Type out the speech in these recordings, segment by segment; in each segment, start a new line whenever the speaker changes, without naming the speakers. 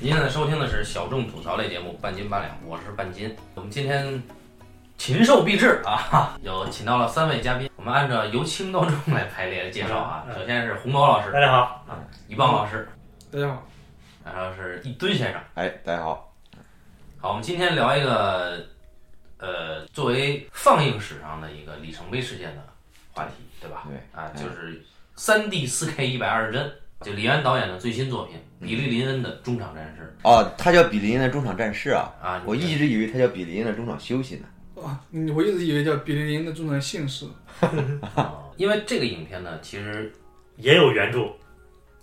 您现在收听的是小众吐槽类节目《半斤八两》，我是半斤。我们今天禽兽必至啊，有请到了三位嘉宾，我们按照由轻到重来排列介绍啊。
嗯嗯
首先是红毛老师、
大家好，
一棒老师，
大家好，
然后是一吨先生。
哎，大家好，
好，我们今天聊一个，呃，作为放映史上的一个里程碑事件的话题，对吧？
对
啊，
嗯
就是三 D 四 K 一百二十帧，就李安导演的最新作品《比利林恩的中场战事
哦，他叫比利林的中场战士啊，》
啊。
我一直以为他叫比利林的中场休息呢。
啊，嗯我一直以为叫比利林的中场姓氏，
啊因为这个影片呢，其实
也有原著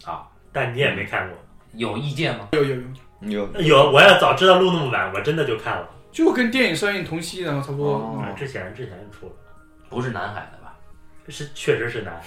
啊，
但你也没看过。
有意见吗？
有有有，
有
有，我要早知道录那么晚，我真的就看了。
就跟电影上映同期，然后差不多。
哦
啊，之前之前就出了，
不是南海的吧？
是确实是难。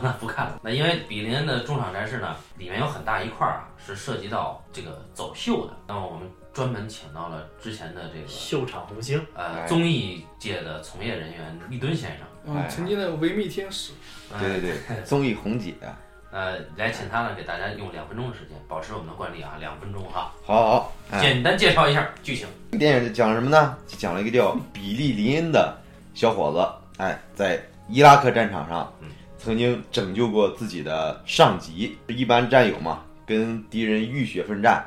那不看了。那因为比林恩的中场战事呢，里面有很大一块儿啊是涉及到这个走秀的。那么我们专门请到了之前的这个
秀场红星，
呃
哎
综艺界的从业人员立敦先生，
啊，
哎
曾经的维密天使，
嗯
对对对，综艺红姐，啊
呃，来请他呢给大家用两分钟的时间，保持我们的惯例啊，两分钟哈，
好好，哎，
简单介绍一下剧情。
电影讲什么呢？就讲了一个叫比利林恩的小伙子，哎，在伊拉克战场上
嗯，
曾经拯救过自己的上级，一般战友嘛，跟敌人浴血奋战，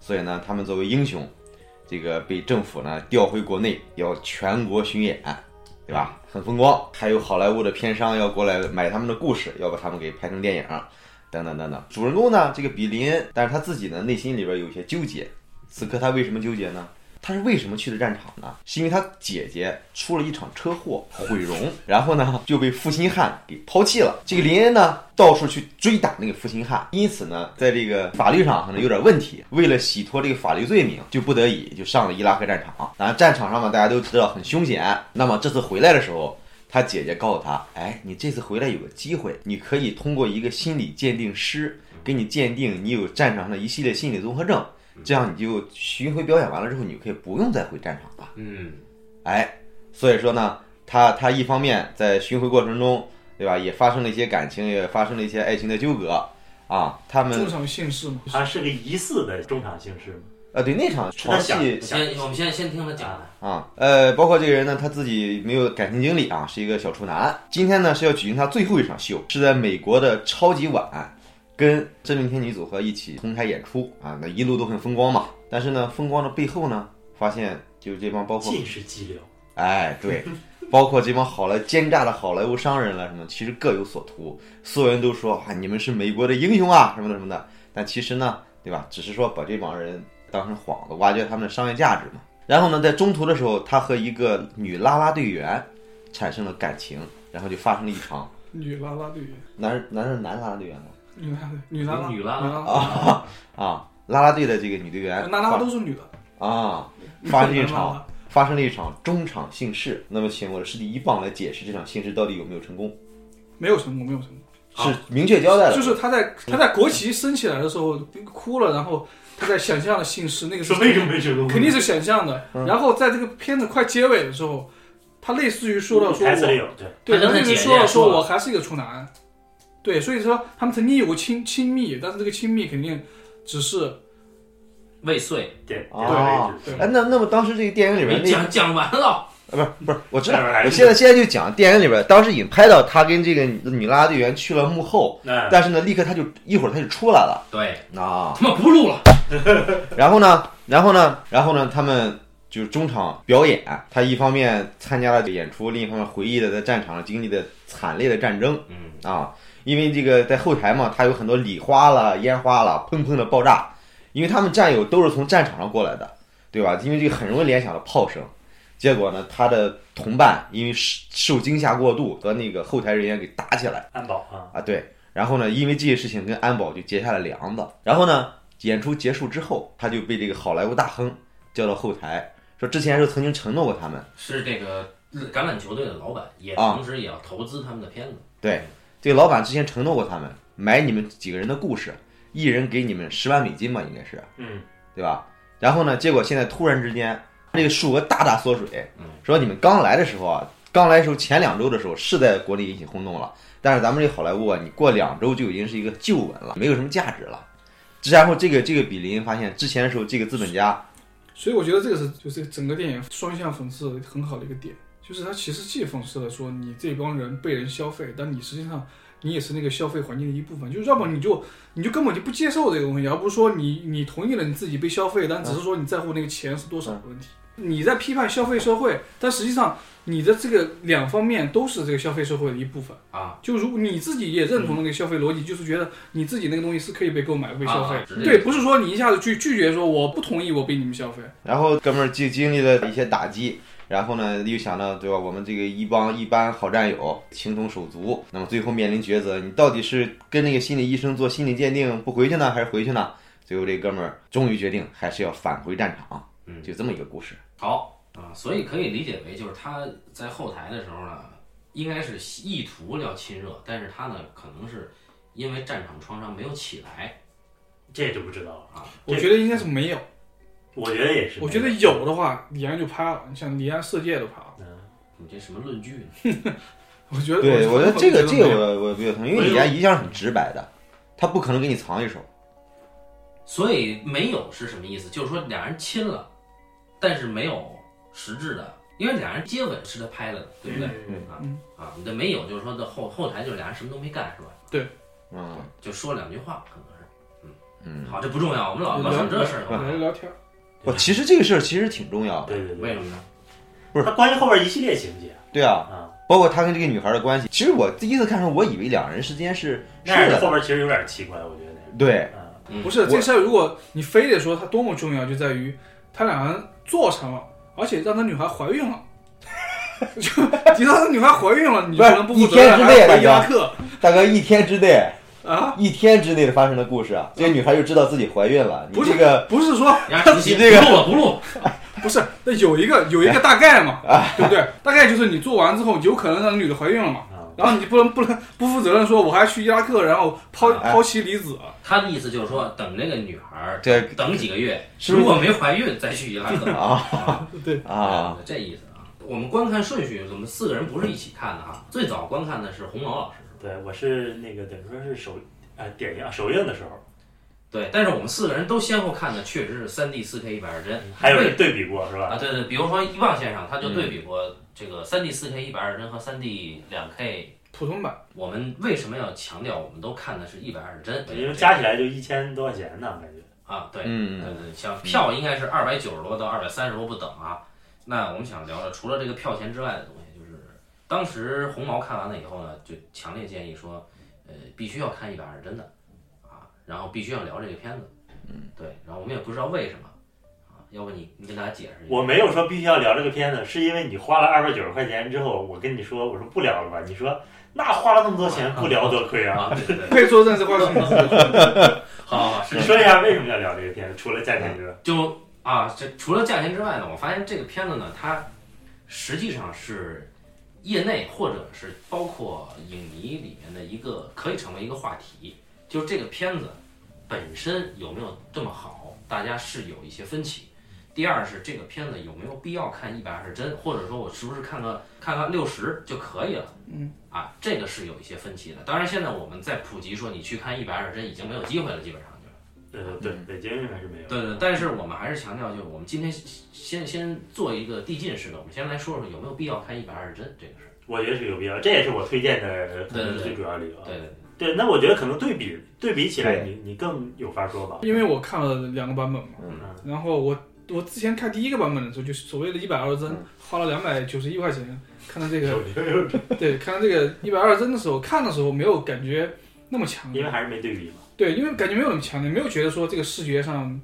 所以呢，他们作为英雄，这个被政府呢调回国内，要全国巡演，哎对吧？很风光，还有好莱坞的片商要过来买他们的故事，要把他们给拍成电影，等等等等。主人公呢，这个比林恩，但是他自己呢内心里边有一些纠结。此刻他为什么纠结呢？他是为什么去的战场呢？是因为他姐姐出了一场车祸，毁容，然后呢就被负心汉给抛弃了。这个林恩呢，到处去追打那个负心汉，因此呢，在这个法律上可能有点问题。为了洗脱这个法律罪名，就不得已就上了伊拉克战场。当然，战场上嘛，大家都知道很凶险。那么这次回来的时候，他姐姐告诉他：“哎，你这次回来有个机会，你可以通过一个心理鉴定师给你鉴定你有战场上的一系列心理综合症，这样你就巡回表演完了之后，你就可以不用再回战场了。
嗯，”
哎，所以说呢，他他一方面在巡回过程中，对吧，也发生了一些感情，也发生了一些爱情的纠葛啊。他们
中场姓氏嘛。
他是个疑似的中场姓氏嘛。
啊，对那场
是他
床
想
戏
先我们先先听他讲吧。
啊，呃，包括这个人呢，他自己没有感情经历啊，是一个小处男。今天呢是要举行他最后一场秀，是在美国的超级碗，跟真命天女组合一起同台演出啊，那一路都很风光嘛。但是呢，风光的背后呢，发现就是这帮包括
尽是激流。
哎，对，包括这帮好莱奸诈的好莱坞商人了什么，其实各有所图。所有人都说啊，你们是美国的英雄啊，什么的什么的。但其实呢，对吧？只是说把这帮人当成幌子，挖掘他们的商业价值嘛。然后呢，在中途的时候，他和一个女啦啦队员产生了感情，然后就发生了一场
女啦啦队员，
男男是男啦啦队员吗？
女啦啦，女啦啦，
女
女
啦
啊
啦
啦
啊啊，啦啦队的这个女队员
啦啦都是女的。
发啊发生一
啦
场
啦
发生了一场中场性事。那么，请我的师弟一棒来解释这场性事到底有没有成功？
没有成功，没有成功，
是明确交代了，
就是他在他在国旗升起来的时候哭了，然后他在想象的姓氏，那个是
说为什么没成功？
肯定是想象的。然后在这个片子快结尾的时候，他类似于说到说
台词
我
里有对，
对，
他跟
然后
他
那
姐姐
个说了说
说了
我还是一个处男，对，所以说他们曾经有过亲亲密，但是这个亲密肯定只是
未遂，
点点到
啊
为止。
哎，那那么当时这个电影里边
没
那
讲讲完了。
不是我知道
哎哎，
我现在现在就讲电影里边，当时已经拍到他跟这个女啦啦队员去了幕后，
那
但是呢，立刻他就一会儿他就出来了
对，
啊，
他妈不录了。
然后呢，然后呢，然后呢，他们就是中场表演，他一方面参加了演出，另一方面回忆了在战场上经历的惨烈的战争，
嗯，
啊，因为这个在后台嘛，它有很多礼花啦、烟花啦，砰砰的爆炸，因为他们战友都是从战场上过来的，对吧？因为这个很容易联想到炮声。结果呢，他的同伴因为受受惊吓过度，和那个后台人员给打起来
安保啊，
啊，对。然后呢，因为这些事情跟安保就结下了梁子。然后呢，演出结束之后，他就被这个好莱坞大亨叫到后台，说之前是曾经承诺过他们，
是这个橄榄球队的老板，也
啊
同时也要投资他们的片子。
这个老板之前承诺过他们买你们几个人的故事，一人给你们十万美金吧，应该是。
嗯，
对吧？然后呢，结果现在突然之间，这个数额大大缩水
嗯。
说你们刚来的时候啊，刚来的时候前两周的时候是在国内引起轰动了，但是咱们这好莱坞啊，你过两周就已经是一个旧闻了，没有什么价值了。然后这个这个比邻发现之前的时候，这个资本家
所以我觉得这个是就是整个电影双向讽刺很好的一个点，就是它其实既讽刺了说你这帮人被人消费，但你实际上你也是那个消费环境的一部分，就是要么你就你就根本就不接受这个东西，而不是说你你同意了你自己被消费，但只是说你在乎那个钱是多少的问题。
嗯
你在批判消费社会，但实际上你的这个两方面都是这个消费社会的一部分。
啊，
就如你自己也认同那个消费逻辑，就是觉得你自己那个东西是可以被购买、被消费
啊是这，个
对，不是说你一下子拒拒绝说我不同意，我被你们消费。
然后哥们儿经经历了一些打击，然后呢又想到对吧，我们这个一帮一般好战友情同手足，那么最后面临抉择，你到底是跟那个心理医生做心理鉴定不回去呢，还是回去呢？最后这哥们儿终于决定还是要返回战场，
嗯
就这么一个故事。
好啊，所以可以理解为就是他在后台的时候呢，应该是意图要亲热，但是他呢可能是因为战场创伤没有起来
这就不知道了。
啊，
我觉得应该是没有，
我觉得也是，
我觉得有，的话，李安就拍了，你像李安世界都拍了，
嗯，
你这什么论据呢？
我觉得
对，我觉得这个这个我我比较同意，因为
没有
李安一向是很直白的，他不可能给你藏一手。
所以没有是什么意思？就是说俩人亲了，但是没有实质的，因为俩人接吻是他拍的，对不对？
嗯
啊
嗯
啊，你这没有就是说的后后台就俩人什么都没干是吧？
嗯
就说两句话可能是。
嗯，
好，这不重要，我们老老
聊
想这事儿干
聊
嘛？
聊天儿，
我其实这个事儿其实挺重要的。
对对
为
对，
什么 呢？
不是
它关于后边一系列情节
对啊，
啊，
包括他跟这个女孩的关系。其实我第一次看的时候，我以为两人之间是是
但是
的，
后边其实有点奇怪，我觉得那
对，
个，啊，
嗯
不是这事儿，如果你非得说它多么重要，就在于他俩人做成了，而且让那女孩怀孕了。 就你让那女孩怀孕了，你就不能不负责任
一天之内
还要回伊
大
拉
哥
克
大哥一天之内，
啊？
一天之内的发生的故事啊，这个女孩就知道自己怀孕了。你
不是
这个
不是说
呀，主席
你这个
不录了，不录。
不是，那有一个有一个大概嘛，
啊
对不对？大概就是你做完之后，有可能让女的怀孕了嘛，
啊，
然后你不能不能不负责任说我还去伊拉克，然后抛
哎
抛妻离子，
他的意思就是说，等这个女孩儿
这
等几个月，
是
如
不
果没怀孕再去伊拉克 啊
对，
啊？，
这意思啊。我们观看顺序，我们四个人不是一起看的哈。最早观看的是红毛老师，
对，我是那个等于说是首呃点映啊首映的时候，
对，但是我们四个人都先后看的确实是三 D、四 K、一百二十帧，
还有
对
人对比过是吧？
啊，对对，比如说伊旺先生，他就对
嗯
比过这个三 D 四 K 一百二十帧和三 D 两 K。
普通版
我们为什么要强调我们都看的是一百二十帧？
因为加起来就一千多块钱呢，感觉。
啊，对，对
嗯，
对，像票应该是二百九十多到二百三十多不等啊。那我们想聊聊，除了这个票钱之外的东西，就是当时红毛看完了以后呢，就强烈建议说，呃，必须要看一百二十帧的啊，然后必须要聊这个片子。嗯，对，然后我们也不知道为什么啊，要不你你跟大家解释一下。
我没有说必须要聊这个片子，是因为你花了二百九十块钱之后，我跟你说，我说不聊了吧，你说那花了那么多钱不聊多亏啊。
啊，对 对对，
可以做认识化的东西
好好好，是
你说一下为什么要聊这个片子？除了价钱之外，
就啊，这除了价钱之外呢，我发现这个片子呢，它实际上是业内或者是包括影迷里面的一个可以成为一个话题，就是这个片子本身有没有这么好，大家是有一些分歧。第二是这个片子有没有必要看一百二十帧，或者说我是不是看个看个六十就可以了？
嗯，
啊，这个是有一些分歧的。当然，现在我们在普及说你去看一百二十帧已经没有机会了，基本上就。
呃，对，北京应该是没
嗯
有。
对对，但是我们还是强调，就是我们今天先先做一个递进式的，我们先来说说有没有必要看一百二十帧这个事儿。
我觉得是有必要，这也是我推荐的可能是最主要理由。啊
对对对，
对，那我觉得可能对比对比起来，
对
你你更有法说吧。
因为我看了两个版本嘛，
嗯，
然后我我之前看第一个版本的时候，就是所谓的一百二十帧
嗯，
花了两百九十一块钱，看到这个
有有有
对，看到这个一百二十帧的时候，看的时候没有感觉那么强烈
因为，还是没对比嘛。
对，因为感觉没有那么强烈，没有觉得说这个视觉上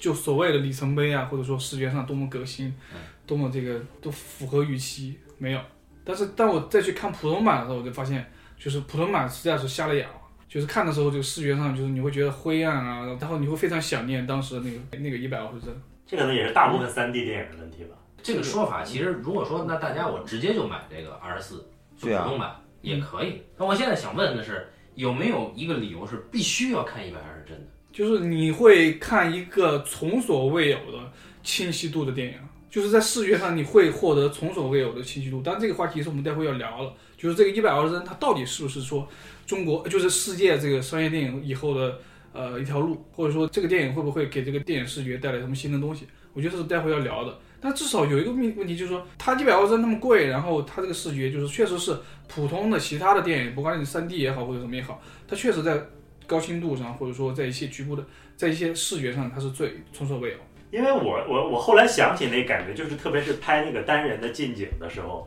就所谓的里程碑啊，或者说视觉上多么革新
嗯，
多么这个都符合预期，没有。但是当我再去看普通版的时候，我就发现，就是普通版实在是瞎了眼了。就是看的时候，这个视觉上就是你会觉得灰暗啊，然后你会非常想念当时的那个那个一百二十帧。
这可能也是大部分三 D 电影的问题吧。
这个说法其实如果说那大家我直接就买这个二十四，就
对啊
普通版也可以。那我现在想问的是，有没有一个理由是必须要看一百二十帧的？
就是你会看一个从所未有的清晰度的电影，就是在视觉上你会获得从所未有的清晰度。但这个话题是我们待会要聊了，就是这个一百二十帧它到底是不是说中国就是世界这个商业电影以后的呃一条路，或者说这个电影会不会给这个电影视觉带来什么新的东西？我觉得这是待会要聊的。但至少有一个问问题就是说，它一百欧真那么贵，然后它这个视觉就是确实是普通的其他的电影，不管你三 D 也好或者什么也好，它确实在高清度上，或者说在一些局部的，在一些视觉上，它是最措手未有。
因为我我我后来想起那感觉，就是特别是拍那个单人的近景的时候，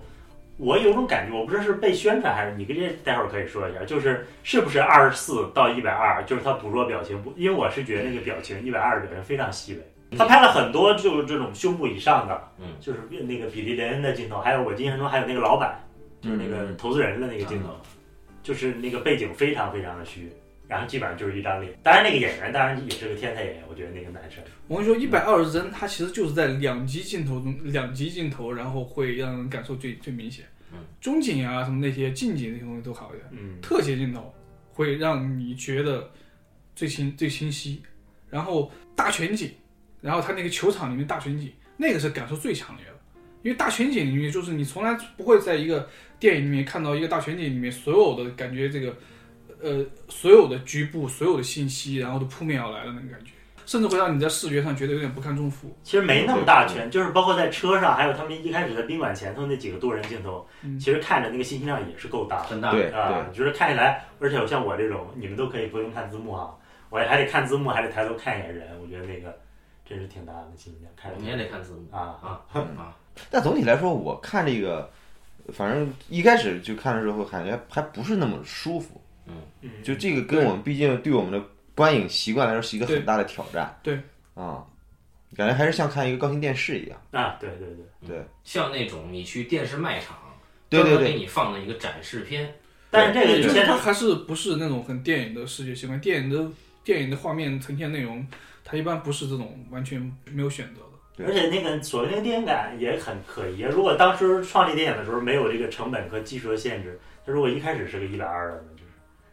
我有种感觉，我不知道是被宣传还是你跟这待会儿可以说一下，就是是不是二十四到一百二，就是他捕捉表情不？因为我是觉得那个表情一百二的表情非常细微，他拍了很多就是这种胸部以上的，
嗯，
就是那个比利连恩的镜头，还有我印象中还有那个老板，
嗯
就是那个投资人哎的那个镜
嗯
头，就是那个背景非常非常的虚。然后基本上就是一张脸，当然那个演员当然也是个天才演员，我觉得那个男生。
我跟你说，一百二十帧，它其实就是在两级镜头中，两级镜头，然后会让人感受最最明显
嗯。
中景啊，什么那些近景那些东西都好一点，
嗯，
特写镜头会让你觉得最清最清晰。然后大全景，然后它那个球场里面大全景，那个是感受最强烈的，因为大全景里面就是你从来不会在一个电影里面看到一个大全景里面所有的感觉这个，呃，所有的局部、所有的信息，然后都扑面而来的那个感觉，甚至会让你在视觉上觉得有点不堪重负。
其实没那么大圈，就是包括在车上，还有他们一开始在宾馆前头那几个多人镜头，
嗯
其实看着那个信息量也是够大的
很大
对
啊，就是看起来，而且像我这种，你们都可以不用看字幕啊，我还得看字幕，还得抬头看一眼人，我觉得那个真是挺大的信息量，看着
我们也得看字幕
啊，
啊啊！
但总体来说，我看这个，反正一开始就看的时候，感觉还不是那么舒服。
嗯，
就这个跟我们毕竟对我们的观影习惯来说是一个
对
很大的挑战。
对，
啊、感觉还是像看一个高清电视一样。
啊，对对对，
像那种你去电视卖场，
对对
专门
对
给你放了一个展示片，
但是这个
就
就是现
它
在
还是不是那种很电影的视觉习惯，电影的电影的画面呈现内容，它一般不是这种完全没有选择的。
对
而且那个所谓那个电影感也很可疑。如果当时创立电影的时候没有这个成本和技术的限制，它如果一开始是个一百二的呢，就是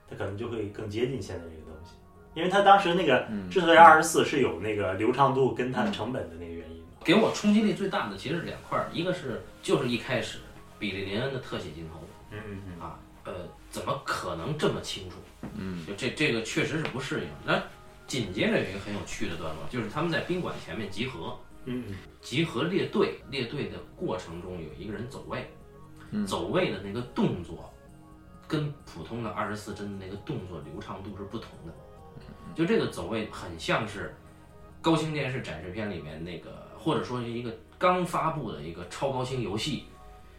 它可能就会更接近现在这个东西。因为它当时那个
嗯
之所以二十四是有那个流畅度跟它的成本的那个原因嘛。
给我冲击力最大的其实是两块儿，一个是就是一开始比利林恩的特写镜头，
嗯嗯
啊，呃，怎么可能这么清楚？嗯，就这这个确实是不适应。那紧接着有一个很有趣的段落，就是他们在宾馆前面集合，
嗯嗯
集合列队，列队的过程中有一个人走位，走位的那个动作跟普通的二十四帧的那个动作流畅度是不同的，就这个走位很像是高清电视展示片里面那个，或者说是一个刚发布的一个超高清游戏，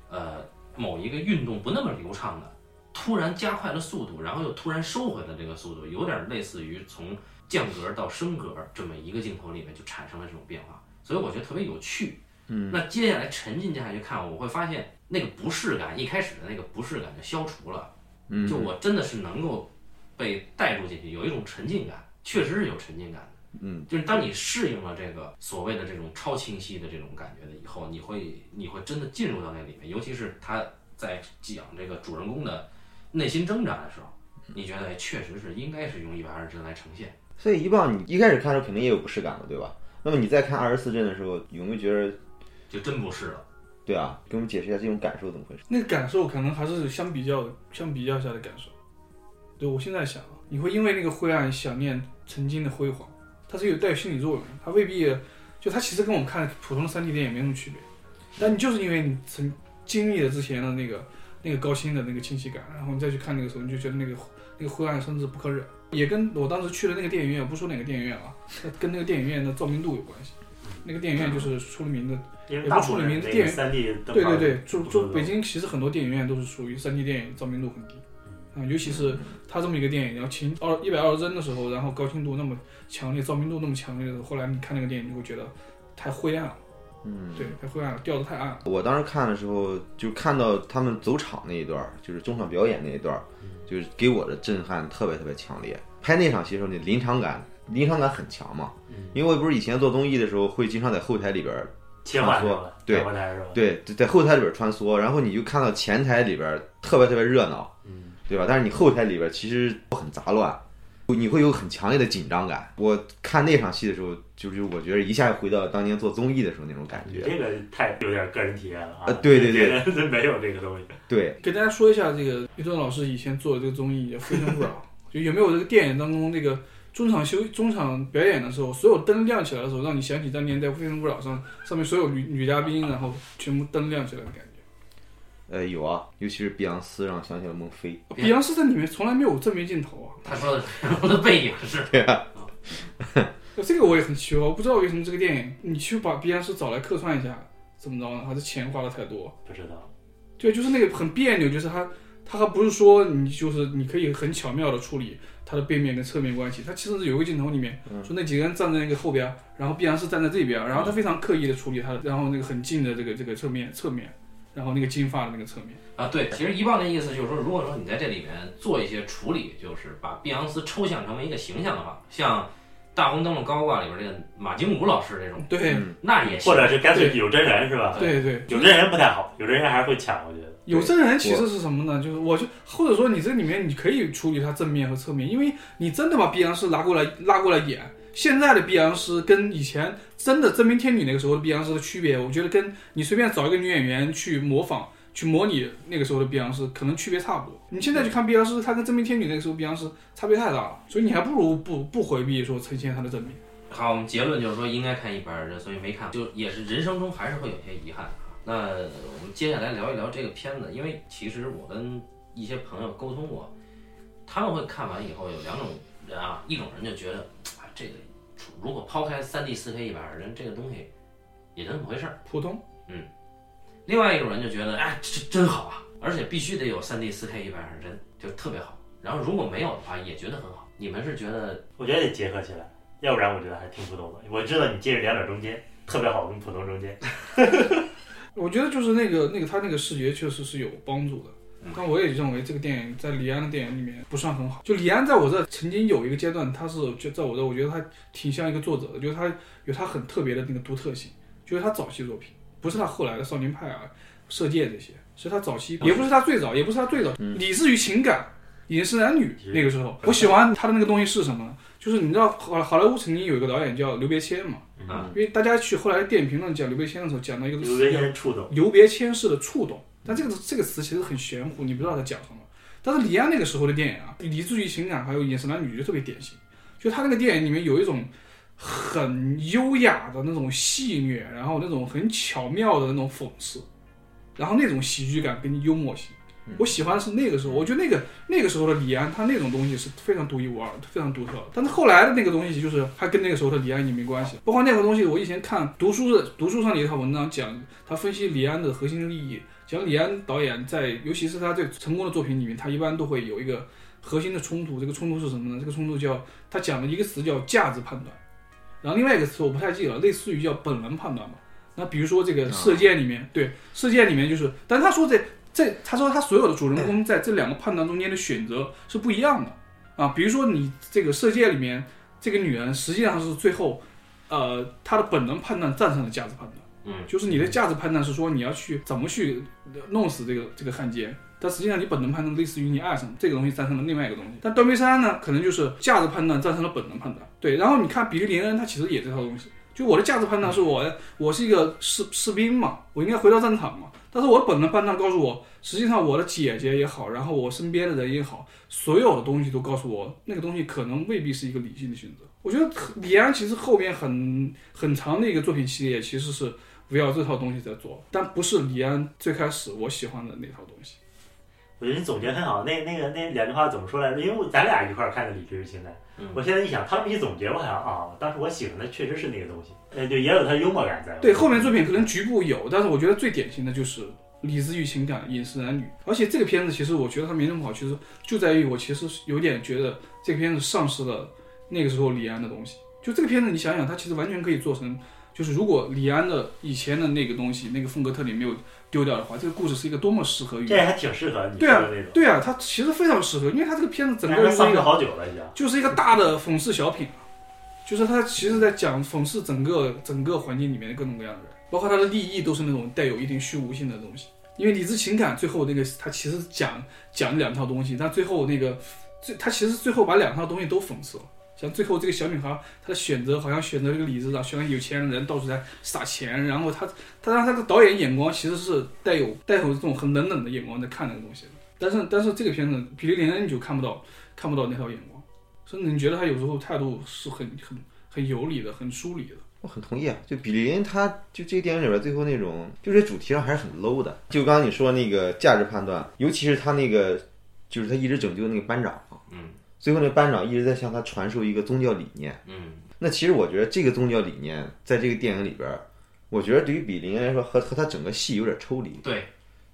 呃，某一个运动不那么流畅的，突然加快了速度，然后又突然收回了这个速度，有点类似于从降格到升格这么一个镜头里面就产生了这种变化，所以我觉得特别有趣。嗯，那接下来沉浸下去看，我会发现那个不适感，一开始的那个不适感就消除了。嗯，就我真的是能够被带入进去，有一种沉浸感，确实是有沉浸感的。嗯，就是当你适应了这个所谓的这种超清晰的这种感觉的以后，你会你会真的进入到那里面，尤其是他在讲这个主人公的内心挣扎的时候，你觉得哎确实是应该是用一百二十帧来呈现。
所以一棒，你一开始看的时候肯定也有不适感的，对吧？那么你再看二十四帧的时候，有没有觉得，
就真不是了。
对啊？给我们解释一下这种感受怎么回事？
那个感受可能还是相比较相比较下的感受。对我现在想啊，你会因为那个灰暗想念曾经的辉煌，它是有带有心理作用的，它未必就它其实跟我们看普通的三 D 电影没什么区别，但你就是因为你曾经历了之前的那个那个高清的那个清晰感，然后你再去看那个时候，你就觉得那个那个灰暗甚至不可忍。也跟我当时去的那个电影院，不说哪个电影院啊，跟那个电影院的照明度有关系。那个电影院就是出了名的
因为大部分人那个三 D 灯
对
泡
对对，就
不
就
够
北京其实很多电影院都是属于三 D 电影，照明度很低。嗯，尤其是它这么一个电影，然后清二一百二十帧的时候，然后高清度那么强烈，照明度那么强烈的时候，后来你看那个电影就会觉得太灰暗了。嗯，对，太灰暗了，调的太暗了。
我当时看的时候，就看到他们走场那一段儿，就是中场表演那一段儿，就是给我的震撼特别特别强烈。拍那场戏的时候，你临场感临场感很强嘛，因为我不是以前做综艺的时候，会经常在后台里边儿，
切换是吧？
啊对
转过来是吧？
对，就在后台里边儿穿梭，然后你就看到前台里边儿特别特别热闹，
嗯，
对吧？但是你后台里边儿其实很杂乱，你会有很强烈的紧张感。我看那场戏的时候，就是我觉得一下回到了当年做综艺的时候那种感
你
觉。
这个太有点个人体验了啊！
呃对对对
别人没有 这个东西。
对，
给大家 说一下，这个于正老师以前做的这个综艺《非诚勿扰》，就有没有这个电影当中那个中场休中场表演的时候，所有灯亮起来的时候，让你想起当年在《非诚勿扰》上上面所有女女嘉宾，然后全部灯亮起来的感觉。
呃，有啊，尤其是碧昂斯，让我想起了孟非。
碧昂斯在里面从来没有正面镜头啊，
他说的 是我的背影是
这个我也很奇怪，我不知道为什么这个电影你去把碧昂斯找来客串一下，怎么着呢？还是钱花的太多？
不知道。
对，就是那个很别扭，就是他他还不是说你就是你可以很巧妙的处理他的背面跟侧面关系，他其实是有一个镜头里面、说那几个人站在那个后边儿，然后必然是站在这边儿，然后他非常刻意的处理他的，然后那个很近的这个这个侧面侧面，然后那个金发的那个侧面，
啊，对，其实一棒的意思就是说，如果说你在这里面做一些处理，就是把碧昂斯抽象成为一个形象的话，像《大红灯笼高挂》里边这个马金武老师这种，
对、
嗯
那也行
或。者是干脆有真人是吧？
对对，
有真人不太好，有真人还是会抢，我觉得。
有真人其实是什么呢？就是我就或者说你这里面你可以处理他正面和侧面，因为你真的把碧昂斯拉过来拉过来演，现在的碧昂斯跟以前真的真命天女那个时候的碧昂斯的区别，我觉得跟你随便找一个女演员去模仿。去模拟那个时候的碧昂斯，可能区别差不多。你现在去看碧昂斯，她跟真命天女那个时候碧昂斯差别太大了，所以你还不如不不回避说呈现她的正面。
好，我们结论就是说应该看一般人，所以没看，就也是人生中还是会有些遗憾啊。那我们接下来聊一聊这个片子，因为其实我跟一些朋友沟通过，他们会看完以后有两种人啊，一种人就觉得，啊，这个如果抛开三 D、四 K、一百二十帧这个东西，也就那么回事儿。
普通，
另外一种人就觉得，哎，这真好啊，而且必须得有3 D、4 K、一百二十帧，就特别好。然后如果没有的话，也觉得很好。你们是觉得
我觉得得结合起来，要不然我觉得还挺不懂的。我知道你介于两者中间，特别好跟普通中间。
嗯我觉得就是那个那个他那个视觉确实是有帮助的
嗯。
但我也认为这个电影在李安的电影里面不算很好。就李安在我这曾经有一个阶段，他是就在我这，我觉得他挺像一个作者的，就是他有他很特别的那个独特性，就是他早期作品，不是他后来的《少年派》啊、《射箭》这些，是他早期，也不是他最早，也不是他最早，理智与情感，也是男女
是
那个时候，我喜欢他的那个东西是什么呢？就是你知道好好莱坞曾经有一个导演叫刘别谦嘛，
啊，
因为大家去后来电影评论讲刘别谦的时候，讲到一个
有些人触动，
留别谦式的触动，但这个这个词其实很玄乎，你不知道他讲什么。但是李安那个时候的电影啊，以理智与情感还有眼神男女就特别典型，就他那个电影里面有一种很优雅的那种戏谑，然后那种很巧妙的那种讽刺，然后那种喜剧感跟幽默性。我喜欢的是那个时候，我觉得那个那个时候的李安，他那种东西是非常独一无二、非常独特的。但是后来的那个东西，就是他跟那个时候的李安也没关系。包括那个东西，我以前看读书的读书上的一套文章讲，他分析李安的核心利益，讲李安导演在，尤其是他最成功的作品里面，他一般都会有一个核心的冲突。这个冲突是什么呢？这个冲突叫他讲的一个词叫价值判断，然后另外一个词我不太记了，类似于叫本能判断吧。那比如说这
啊
个《射箭》里面，对《射箭》里面就是，但他说这这，他说他所有的主人公在这两个判断中间的选择是不一样的啊。比如说你这个《射箭》里面，这个女人实际上是最后，呃，她的本能判断战胜了价值判断。
嗯，
就是你的价值判断是说你要去怎么去弄死这个这个汉奸，但实际上你本能判断类似于你爱上这个东西战胜了另外一个东西。但断背山呢，可能就是价值判断战胜了本能判断。对，然后你看比利林恩，他其实也这套东西。就我的价值判断是我我是一个士士兵嘛，我应该回到战场嘛。但是我的本能判断告诉我，实际上我的姐姐也好，然后我身边的人也好，所有的东西都告诉我，那个东西可能未必是一个理性的选择。我觉得李安其实后面很很长的一个作品系列其实是围绕这套东西在做，但不是李安最开始我喜欢的那套东西。
我觉得你总结很好。那那个那两句话怎么说来着？因为我咱俩一块儿看的《理智与情感》
嗯
我现在一想，他们一总结，我想啊，当时我喜欢的确实是那个东西，呃，就也有他的幽默感在。
对，后面作品可能局部有，但是我觉得最典型的就是《理智与情感》《饮食男女》，而且这个片子其实我觉得它没那么好，其实就在于我其实有点觉得这个片子丧失了那个时候李安的东西。就这个片子，你想想，它其实完全可以做成，就是如果李安的以前的那个东西，那个风格特点没有丢掉的话，这个故事是一个多么适合于
这还挺适合你说
对啊
的那种。
对啊，它其实非常适合，因为它这个片子整个
但
就是是一
丧
个
失好久了已经。
就是一个大的讽刺小品，就是他其实在讲讽刺整个整个环境里面的各种各样的人，包括他的利益都是那种带有一定虚无性的东西。因为理智情感最后那个他其实讲讲两套东西，但最后那个最他其实最后把两套东西都讽刺了。像最后这个小女孩，她的选择好像选择了一个理智的，选择有钱人到处在撒钱，然后她她让她的导演眼光其实是带有带有这种很冷冷的眼光在看那个东西的。但是但是这个片子，比利林恩你就看不到看不到那套眼光。甚至你觉得他有时候态度是很很很有理的，很疏离的。
我很同意啊，就比利林，他就这个电影里边最后那种，就这主题上还是很 low 的。就刚刚你说那个价值判断，尤其是他那个，就是他一直拯救那个班长啊，
嗯
最后那班长一直在向他传授一个宗教理念。
嗯
那其实我觉得这个宗教理念在这个电影里边，我觉得对于比利林来说和和他整个戏有点抽离。
对，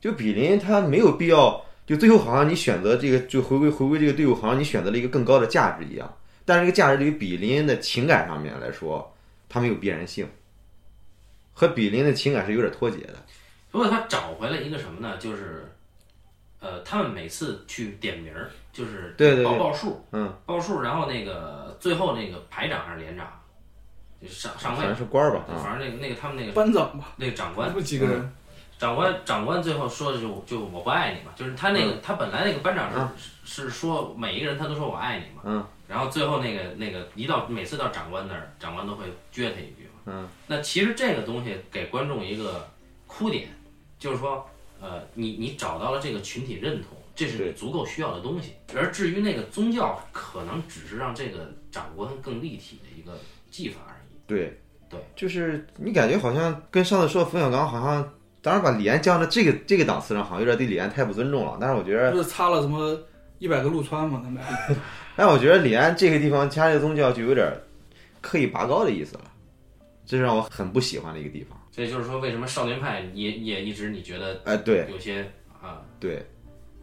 就比林他没有必要，就最后好像你选择这个就回归回归这个队伍，好像你选择了一个更高的价值一样。但是这个价值对于比林的情感上面来说，它没有必然性，和比林的情感是有点脱节的。
不过他找回了一个什么呢？就是，呃，他们每次去点名儿，就是
对对
报
对，
报数，
嗯，
报数，然后那个最后那个排长还是连长，就是上上
好
尉
像，是官儿吧，啊，
反正那个那个他们那个
班长吧，
那个长官
那，么几个人，
长官长官最后说的就就我不爱你嘛，就是他那个、他本来那个班长是、
嗯
是是说每一个人他都说我爱你嘛，
嗯，
然后最后那个那个一到每次到长官那儿，长官都会撅他一句嘛，
嗯，
那其实这个东西给观众一个哭点，就是说呃你你找到了这个群体认同，这是你
对
足够需要的东西，而至于那个宗教可能只是让这个长官更立体的一个技法而已，
对
对，
就是你感觉好像跟上次说的冯小刚好像，当然把李安降到这个这个档次上，好像有点对李安太不尊重了。但是我觉得
不是擦了什么一百个陆川嘛？他们
但我觉得李安这个地方加这个宗教就有点儿刻意拔高的意思了，这是让我很不喜欢的一个地方。
所以就是说为什么少年派也也一直你觉得
哎，对
有些啊。
对，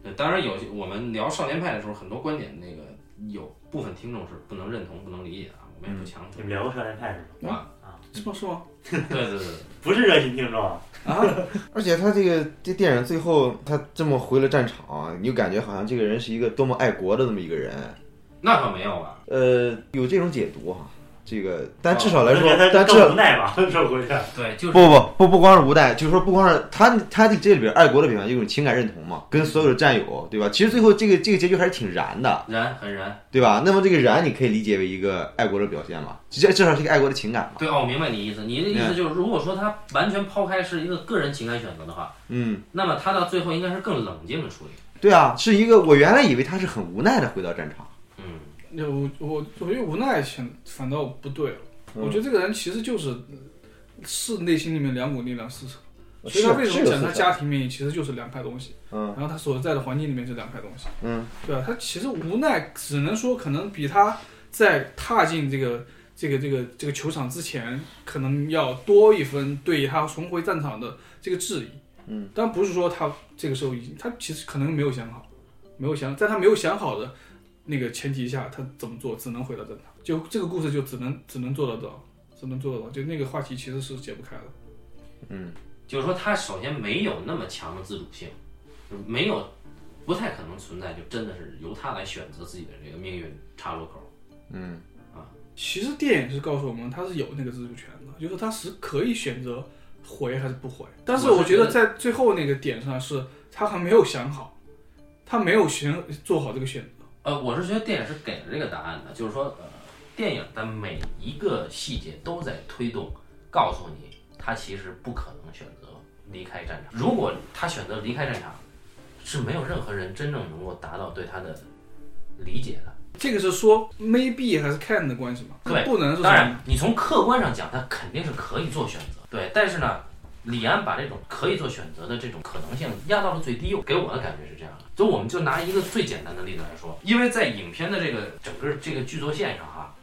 呃，当然有些我们聊少年派的时候，很多观点那个有部分听众是不能认同、不能理解的啊，我们也不强
嗯你
求。啊
们聊过少年派是吗？
是吗？是吗？
对对对，
不是热心听众啊，
而且他这个这电影最后他这么回了战场，你就感觉好像这个人是一个多么爱国的这么一个人，
那可没有啊吧？
呃，有这种解读哈、这个，但至少来说，
我觉得他
但至
更无
少
奈吧，这回 去。
对，就
不
是
不不不光是无奈，就是说不光是他他的这里边爱国的表现，有一种情感认同嘛，跟所有的战友，对吧？其实最后这个这个结局还是挺燃的，
燃很燃。
对吧？那么这个燃，你可以理解为一个爱国的表现嘛，至至少是一个爱国的情感嘛。
对哦，我明白你意思。你的意
嗯
思就是，如果说他完全抛开是一个个人情感选择的话，
嗯，
那么他到最后应该是更冷静的处理。
对啊，是一个我原来以为他是很无奈的回到战场，
嗯，
那我我我觉得无奈反反倒不对了。
嗯
我觉得这个人其实就是是内心里面两股力量撕扯，所
是
以他为什么
呃是有
讲他
思想
家庭面其实就是两派东西，
嗯
然后他所在的环境里面是两派东西，
嗯，
对吧？他其实无奈，只能说可能比他在踏进这个这个这个这个球场之前，可能要多一分对他重回战场的这个质疑。
嗯，
但不是说他这个时候已经，他其实可能没有想好，没有想，在他没有想好的那个前提下，他怎么做只能回到战场，就这个故事就只能只能做到这儿，只能做到这儿，就那个话题其实是解不开的。
就是说他首先没有那么强的自主性，就是没有，不太可能存在，就真的是由他来选择自己的这个命运岔路口。
嗯，
其实电影是告诉我们，他是有那个自主权的，就是他是可以选择回还是不回。但是我觉得在最后那个点上是，他还没有想好，他没有选做好这个选择。
呃，我是觉得电影是给了这个答案的，就是说，呃，电影的每一个细节都在推动，告诉你他其实不可能选择离开战场。如果他选择离开战场，是没有任何人真正能够达到对他的理解的。
这个是说 maybe 还是 can 的关系嘛？
对
不能是
当
什
然
么？，
你从客观上讲，他肯定是可以做选择，对。但是呢，李安把这种可以做选择的这种可能性压到了最低，给我的感觉是这样的。就我们就拿一个最简单的例子来说，因为在影片的这个整个这个剧作线上哈、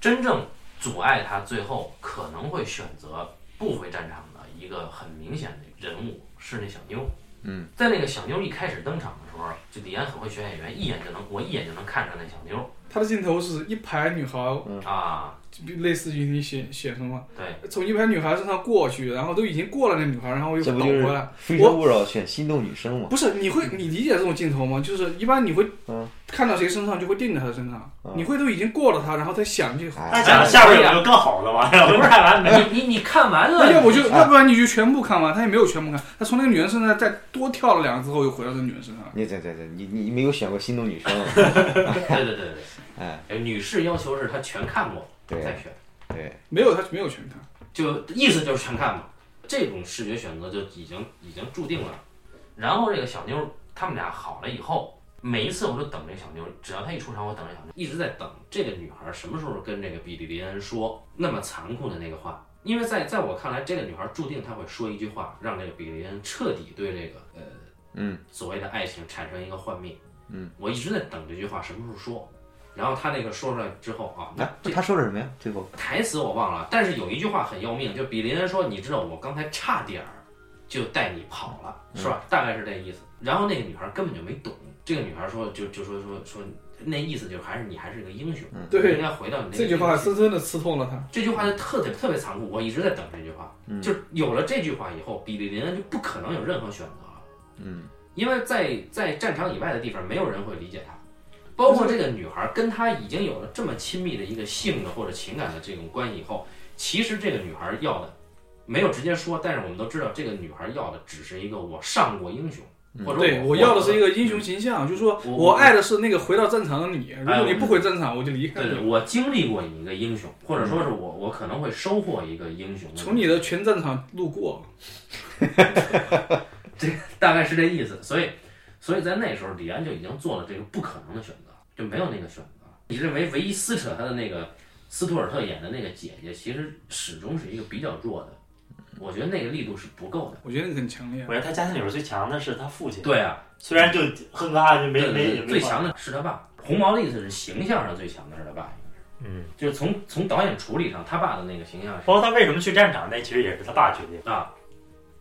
真正阻碍他最后可能会选择不回战场的一个很明显的人物是那小妞。
嗯，
在那个小妞一开始登场的时候，就李安很会选演员，一眼就能我一眼就能看出来那小妞
他的镜头是一排女孩，
啊，
类似于你写写什么，
对。
从一排女孩身上过去，然后都已经过了那女孩，然后又
这
倒
不就是
回来。
非诚勿扰选心动女生嘛？
不是，你会你理解这种镜头吗？就是一般你会
嗯
看到谁身上就会定在她身上，
嗯
你会都已经过了她，然后再想这个。
那
哎，
讲下边有没有更好的吗？ 我不是看完没？
你你你看完了，
那要不就，
哎
要不然你就全部看完，他也没有全部看，他从那个女人身上再多跳了两个之后，又回到这个女人身上了。
你这这这，你你没有选过心动女生，啊
对对对对，
哎
哎，女士要求是她全看过再
对
选，
对，
没有，他没有全看。
就意思就是全看嘛。这种视觉选择就已经已经注定了。然后这个小妞儿他们俩好了以后，每一次我都等这小妞，只要她一出场，我等着小妞，一直在等这个女孩什么时候跟这个比利林恩说那么残酷的那个话。因为在在我看来，这个女孩注定她会说一句话，让这个比利林恩彻底对这个呃
嗯
所谓的爱情产生一个幻灭。
嗯，
我一直在等这句话什么时候说。然后她那个说出来之后啊，
哎、
那这
他说了什么呀？最后
台词我忘了，但是有一句话很要命，就比林恩说：“你知道我刚才差点儿就带你跑了，是
嗯
吧？”大概是这意思。然后那个女孩根本就没懂，这个女孩说就就说说说那意思就是还是你还是个英雄，你应
对，
该回到你那个
这句话
英雄
深深的刺痛了他。
这句话就特别特别残酷，我一直在等这句话。
嗯
就是有了这句话以后，比利林恩就不可能有任何选择了，
嗯
因为在在战场以外的地方，没有人会理解他。包括这个女孩跟他已经有了这么亲密的一个性的或者情感的这种关系以后，其实这个女孩要的没有直接说，但是我们都知道，这个女孩要的只是一个我上过英雄，或者
嗯对，
我
我要的是一
个，
个英雄形象，就是说
我
我爱的是那个回到战场的你。如果你不回战场，我就离开
对对，
你。
我经历过一个英雄，或者说是我我可能会收获一个英雄。
从你的全战场路过，
大概是这意思。所以，所以在那时候，李安就已经做了这个不可能的选择，就没有那个选择。你认为唯一撕扯他的那个斯图尔特演的那个姐姐，其实始终是一个比较弱的，我觉得那个力度是不够的。
我觉得那个很强烈
我。觉得他家庭里边最强的是他父亲，
对啊，
虽然就哼嘎就没
对
没
对
也
对
没
最强的是他爸，红毛的意思是形象上最强的是他爸，
嗯，
就是从从导演处理上，他爸的那个形象是
包括他为什么去战场，那其实也是他爸决定。
啊，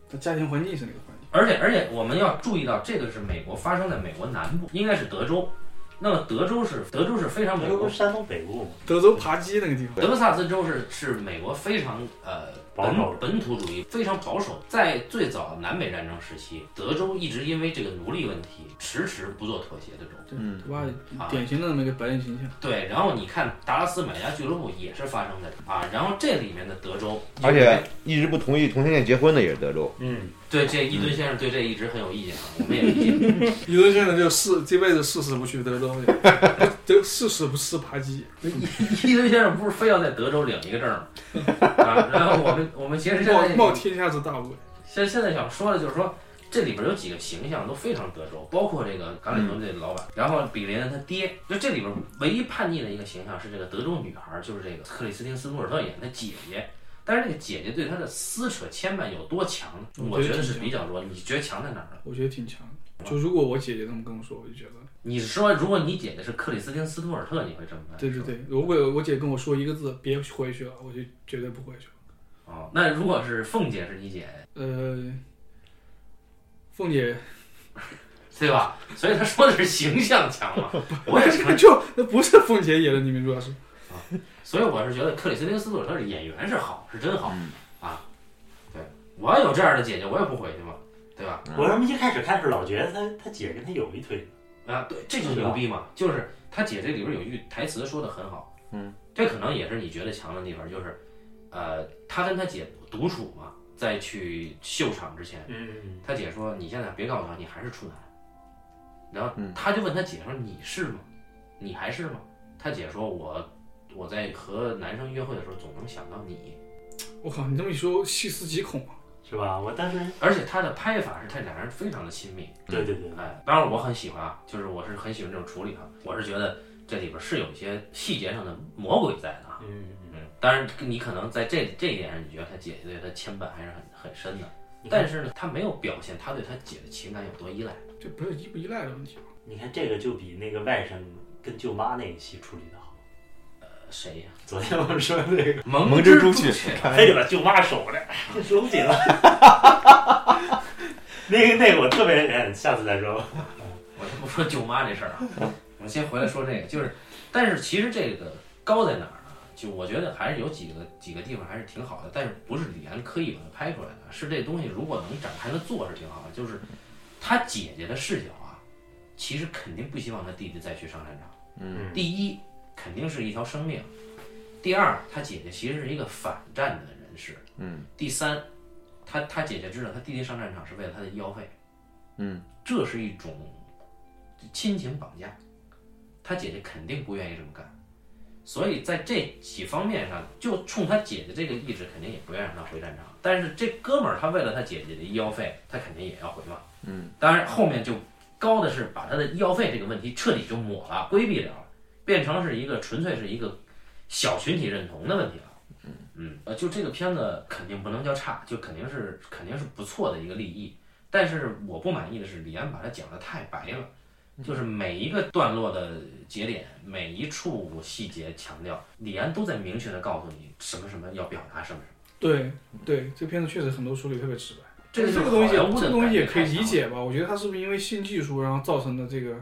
他家庭环境是那个环境。
而且而且我们要注意到，这个是美国发生在美国南部，应该是德州。那么德州是德州是非常美
这
国
不是山东北部吗？
德州扒鸡那个地方，
德克萨斯州是是美国非常呃
保守
本本土主义非常保守，在最早南北战争时期，德州一直因为这个奴隶问题迟迟不做妥协的州。
对
嗯
他爸
啊
典型的那么一个白人形象。
对，然后你看达拉斯买家俱乐部也是发生在这啊，然后这里面的德州，
而且一直不同意同性恋结婚的也是德州。
嗯，
对这一吨先生对这一直很有意见啊，我们也理 解。
理论性的就是这辈子誓死不去德州去， 德誓死不吃扒鸡。
一吨先生不是非要在德州领一个证吗？啊，然后我们我们其实现
冒
在
冒天下之大不韪。
现现在想说的就是说，这里边有几个形象都非常德州，包括这个橄榄球队的老
嗯
板，然后比林恩他爹，就这里边唯一叛逆的一个形象是这个德州女孩，就是这个克里斯汀·斯图尔特演的姐姐。但是这个姐姐对她的撕扯牵绊有多强呢？我
我
觉
觉得
得是
挺
比较弱。你觉得强在哪儿呢？
我觉得挺强的。就如果我姐姐这么跟我说，我就觉得，
你是说，如果你姐姐是克里斯汀·斯图尔特，你会这么办？
对对对，如果我姐跟我说一个字“别回去了”，我就绝对不回去了。
哦，那如果是凤姐是你姐，
呃，凤姐，
对吧？所以他说的是形象强 嘛。 我也是
就那不是凤姐演的，你们主要是
所以我是觉得克里斯汀·斯图尔特的演员是好，是真好、
嗯
啊。对，我要有这样的姐姐，我也不回去嘛，对吧？
我为
嗯
什么一开始看是老觉得他他姐跟他有一腿？
啊，对，这就是牛逼嘛，就是他姐这里边有句台词说的很好，
嗯，
这可能也是你觉得强的地方，就是，呃，他跟他姐独处嘛，在去秀场之前，
嗯，
他姐说：“你现在别告诉他你还是处男。”然后
嗯
他就问他姐说：“你是吗？你还是吗？”他姐说：“我我在和男生约会的时候总能想到你。”
我靠，你这么一说，细思极恐啊！
是吧？我当时
而且他的拍法是他俩人非常的亲密，
对对对，
哎，当然我很喜欢啊，就是我是很喜欢这种处理哈、我是觉得这里边是有一些细节上的魔鬼在的啊，
嗯，
嗯，当然你可能在这这一点上，你觉得他姐姐对他牵绊还是很很深的，
你看
但是呢，他没有表现他对他姐的情感有多依赖，
这不是依不依赖的问题吧？
你看这个就比那个外甥跟舅妈那一期处理的好。
呃谁呀、
昨天我们说那个，
蒙
蒙
之
蜘蛛
雀
去，
非得把舅妈守着，守不紧了。 那个那个我特别，嗯，下次再说吧。
我就不说舅妈这事儿啊，我们先回来说这个，就是，但是其实这个高在哪儿啊？就我觉得还是有几个几个地方还是挺好的，但是不是李安刻意把它拍出来的，啊是这东西如果能展开的做是挺好的。就是他姐姐的视角啊，其实肯定不希望他弟弟再去上战场。
嗯
第一，肯定是一条生命；第二，他姐姐其实是一个反战的人士；
嗯
第三，他他姐姐知道他弟弟上战场是为了他的医药费。
嗯
这是一种亲情绑架，他姐姐肯定不愿意这么干，所以在这几方面上，就冲他姐姐这个意志，肯定也不愿意让他回战场。但是这哥们儿他为了他姐姐的医药费，他肯定也要回嘛。
嗯，
当然后面就高的是把他的医药费这个问题彻底就抹了，规避掉了，变成是一个纯粹是一个小群体认同的问题了。嗯，呃，就这个片子肯定不能叫差，就肯定是肯定是不错的一个立意。但是我不满意的是李安把它讲的太白了，就是每一个段落的节点，每一处细节强调，李安都在明确的告诉你什么什么要表达什么什么。
对对，这片子确实很多处理特别直白。
这个
这
就
个
是
东西，
好莱坞
这
的
个东西也可以
感觉
理
太强
解吧？我觉得它是不是因为新技术，然后造成的这个，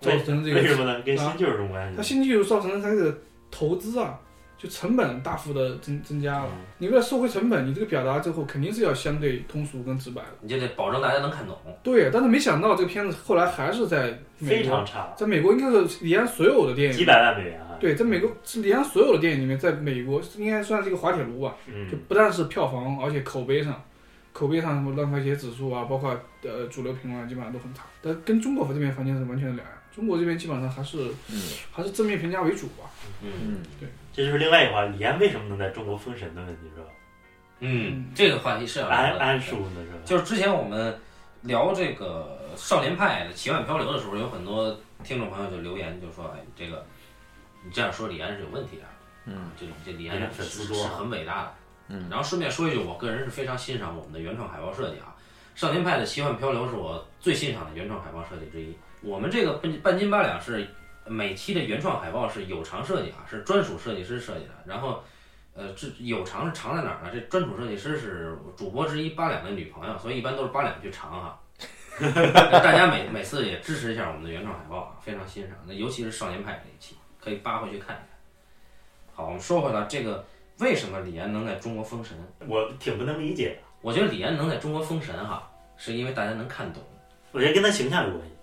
造
为
成这
为什么
个，
呢？跟
啊
新旧有什么关
它
系？
新技术造成的它的投资啊，就成本大幅的增增加了
嗯。
你为了收回成本，你这个表达最后肯定是要相对通俗跟直白的。
你就得保证大家能看懂。
对，啊但是没想到这个片子后来还是在美
嗯非
国，
常差，
在美国应该是李安所有的电
几
影，
百万美元啊！
对，在美国是李安所有的电影里面，在美国应该算是一个滑铁卢吧。就
嗯，
不但是票房，而且口碑上，口碑上什么烂番茄指数啊，包括呃主流评论基本上都很差。但跟中国这边环境是完全的两样，中国这边基本上还是
嗯
还是正面评价为主吧。
嗯
嗯，
这就是另外一话，李安为什么能在中国封神的问题是吧？
嗯，这个话题
呃
是要聊
安
的
安叔呢是吧？
就是之前我们聊这个少年派的《奇幻漂流》的时候，有很多听众朋友就留言就说：“哎，这个你这样说李安是有问题的。”啊
嗯，
这这李安
人家
是
粉丝
是
多
是
啊
很伟大的。
嗯
然后顺便说一句，我个人是非常欣赏我们的原创海报设计啊，《少年派的奇幻漂流》是我最欣赏的原创海报设计之一。我们这个半半斤八两是每期的原创海报是有偿设计啊，是专属设计师设计的。然后，呃，这有偿是偿在哪儿呢？这专属设计师是主播之一八两的女朋友，所以一般都是八两去偿哈。 大家每每次也支持一下我们的原创海报啊，非常欣赏。那尤其是少年派这一期，可以扒回去看一看。好，我们说回来，这个为什么李安能在中国封神？
我挺不能理解的，
我觉得李安能在中国封神哈，是因为大家能看懂。
我觉得跟他形象有关系。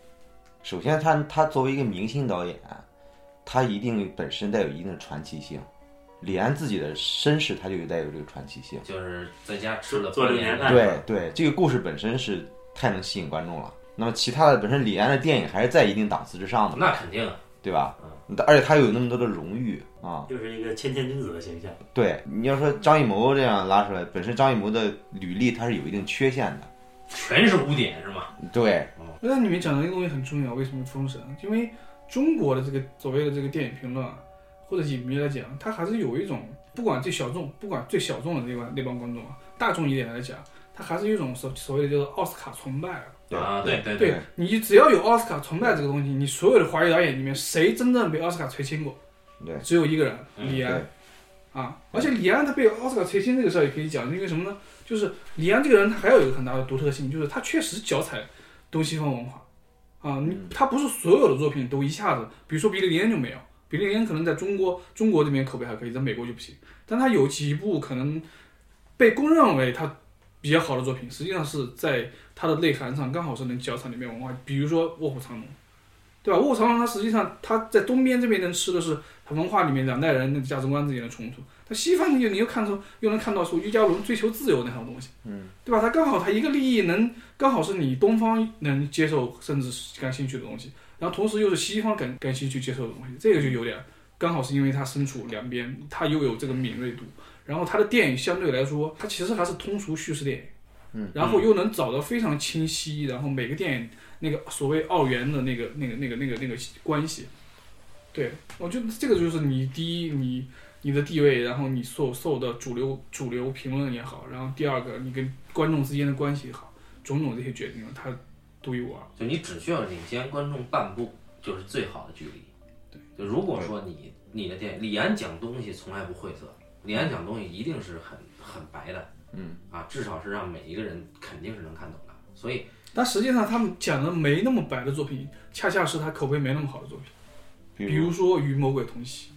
首先他他作为一个明星导演，啊他一定本身带有一定的传奇性。李安自己的身世，他就带有这个传奇性。
就是在家吃了
做
八
六年
的
半
对对，这个故事本身是太能吸引观众了。那么其他的本身李安的电影还是在一定档次之上的，
那肯定啊，
对吧？
嗯
而且他有那么多的荣誉啊、
就是一个谦谦君子的形象。
对，你要说张艺谋这样拉出来，本身张艺谋的履历他是有一定缺陷的。
全是污点是吗？
对，
那你们讲的这个东西很重要，为什么封神？因为中国的这个所谓的这个电影评论啊，或者影迷来讲，他还是有一种不管最小众，不管最小众的那帮那帮观众啊，大众一点来讲，他还是有一种所所谓的叫做奥斯卡崇拜啊。
对
啊，对对嗯
对
对
你只要有奥斯卡崇拜这个东西，你所有的华语导演里面，谁真正被奥斯卡垂青过？
对
只有一个人，
嗯
李安
对。
啊，而且李安他被奥斯卡垂青这个事儿也可以讲，因为什么呢？就是李安这个人，他还有一个很大的独特性，就是他确实脚踩东西方文化啊，你
嗯
他不是所有的作品都一下子，比如说《比利林恩》就没有，《比利林恩》可能在中国中国这边口碑还可以，在美国就不行，但他有几部可能被公认为他比较好的作品，实际上是在它的内涵上刚好是能交叉里面文化，比如说《卧虎藏龙》，对吧？《卧虎藏龙》它实际上它在东边这边能吃的是它文化里面两代人的价值观之间的冲突，但西方你就你又看出又能看到说玉家龙追求自由那套东西，嗯，对吧？它刚好它一个利益能刚好是你东方能接受甚至是感兴趣的东西，然后同时又是西方感感兴趣接受的东西，这个就有点刚好是因为它身处两边，它又有这个敏锐度。然后它的电影相对来说，它其实还是通俗叙事电影，然后又能找到非常清晰，然后每个电影那个所谓澳元的那个那个那个那个那个关系，对我觉得这个就是你第一你你的地位，然后你受受的主流主流评论也好，然后第二个你跟观众之间的关系也好，种种这些决定了它独一无二。
就你只需要领先观众半步，就是最好的距离。对，就如果说你你的电影，李安讲东西从来不晦涩，李安讲东西一定是很很白的，嗯啊，至少是让每一个人肯定是能看懂的。所以
但实际上他们讲的没那么白的作品，恰恰是他口碑没那么好的作品，
比
比如说《与魔鬼同行》。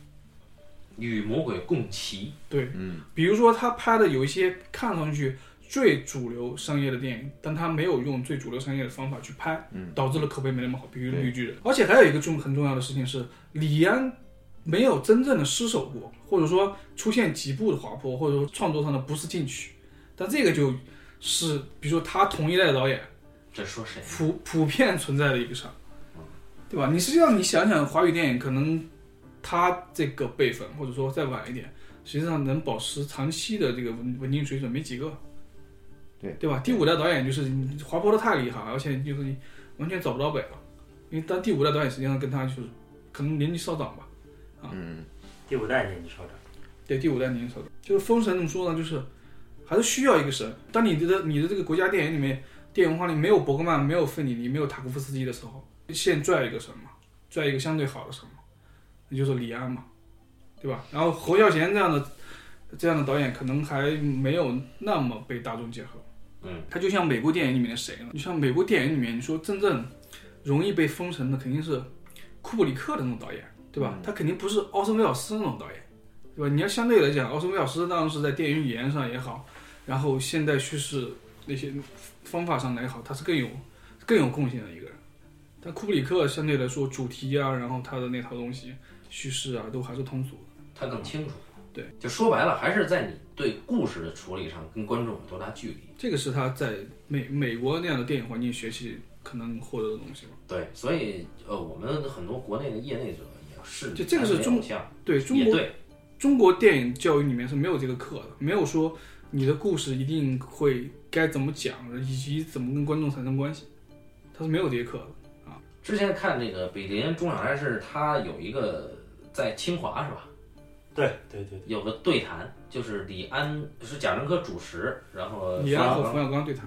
与魔鬼共骑，
对，
嗯，
比如说他拍的有一些看上去最主流商业的电影，但他没有用最主流商业的方法去拍，
嗯
导致了口碑没那么好，比如《
对
绿巨人》。而且还有一个重很重要的事情是，李安没有真正的失手过，或者说出现几步的滑坡，或者说创作上的不思进取。但这个就是，比如说他同一代导演
这说谁？
普普遍存在的一个事儿，对吧？你实际上你想想，华语电影可能它这个辈分，或者说再晚一点，实际上能保持长期的这个稳稳定水准没几个，
对
对吧？第五代导演就是你滑坡的太厉害，而且就是你完全找不着北了，因为当第五代导演实际上跟他就是可能年纪稍长吧，
嗯，
第五代年纪稍长，
对，第五代年龄稍长。就是封神怎么说呢？就是还是需要一个神。当你的你的这个国家电影里面，电影文化里没有伯格曼、没有费里尼、没有塔科夫斯基的时候，现拽一个神嘛，拽一个相对好的神嘛，那就是李安嘛，对吧？然后侯孝贤这样的这样的导演可能还没有那么被大众接受。
嗯，
他就像美国电影里面的谁呢？就像美国电影里面，你说真正容易被封神的肯定是库布里克的那种导演，对吧？他肯定不是奥斯威尔斯那种导演。对吧？你要相对来讲，奥斯威尔斯当然是在电影语言上也好，然后现代叙事那些方法上来也好，他是更有更有贡献的一个人。但库布里克相对来说，主题啊，然后他的那套东西、叙事啊，都还是通俗的。
他更清楚。
对，
就说白了，还是在你对故事的处理上跟观众有多大距离。
这个是他在美美国那样的电影环境学习可能获得的东西吧。
对，所以呃，我们很多国内的业内者也是，
就这个是中
像
对中
也
国
对，
中国电影教育里面是没有这个课的，没有说你的故事一定会该怎么讲，以及怎么跟观众产生关系，他是没有这些课的。
之前看那个北林中场战事，他有一个在清华是吧？
对对对，
有个对谈，就是李安是贾樟柯主持，然后
李安和
冯
冯小刚对谈。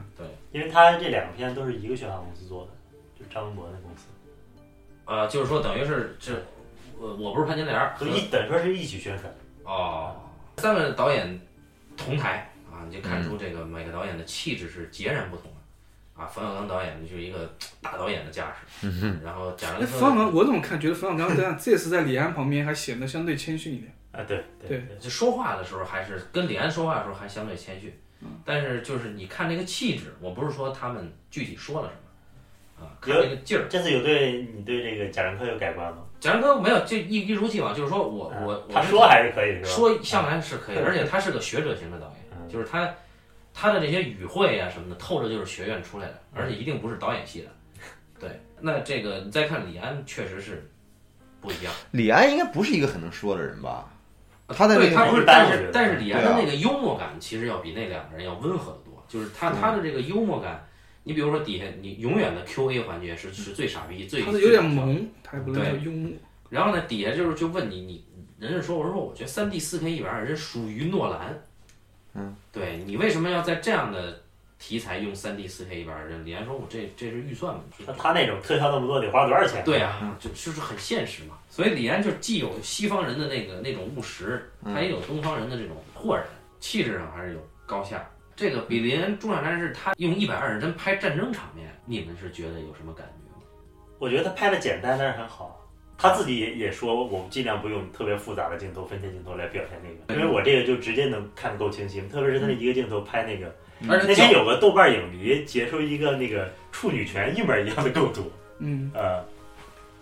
因为他这两片都是一个宣发公司做的，就张文博的公司，
啊、就是说等于是这，我我不是潘金莲儿
所
呃
以一等于说是一起宣传。
哦，三个导演同台啊，你就看出这
嗯
个每个导演的气质是截然不同的。啊，冯小刚导演就是一个大导演的架势，
嗯
然后贾
那
樟柯
冯小刚，哎我怎么看觉得冯小刚这样，这次在李安旁边还显得相对谦逊一点。
啊，对
对
对，
就说话的时候还是跟李安说话的时候还相对谦逊，
嗯
但是就是你看这个气质，我不是说他们具体说了什么，啊，看
有
这个劲儿。
这次有对你对这个贾樟柯有改观吗？啊
贾樟柯没有，就一一如既往，就是说我我
他
我
说还是可以是吧？
说向来是可以，
嗯
而且他是个学者型的导演，
嗯
就是他他的这些语汇啊什么的，透着就是学院出来的，而且一定不是导演系的。对，那这个你再看李安，确实是不一样。
李安应该不是一个很能说的人吧？啊他在那
对
个
他不是，
一般
但
我
是
觉得
但是李安
对
的
啊
那个幽默感其实要比那两个人要温和得多，就是他
嗯
他的这个幽默感，你比如说底下你永远的 Q A 环节是是最傻逼最，
他是有点
最搞笑的。
萌，他也不能叫幽默。
然后呢，底下就是就问你你人家说我说我觉得三 D 四 K 一百二人属于诺兰，
嗯，
对你为什么要在这样的题材用三 D 四 K 一百二人？李安说我这这是预算问题
他。他那种特效那么多得花多少钱？
对啊，就就是很现实嘛。所以李安就既有西方人的那个那种务实，
嗯
他也有东方人的这种豁然，气质上还是有高下。这个比林《中场战事》，他用一百二十帧拍战争场面，你们是觉得有什么感觉吗？
我觉得他拍的简单，但是很好。他自己也也说，我们尽量不用特别复杂的镜头、分切镜头来表现那个，因为我这个就直接能看得够清晰。特别是他那一个镜头拍那个，
嗯
而
那
且
天
脚
有个豆瓣影迷截出一个那个处女拳一模一样的构图，
嗯，
呃，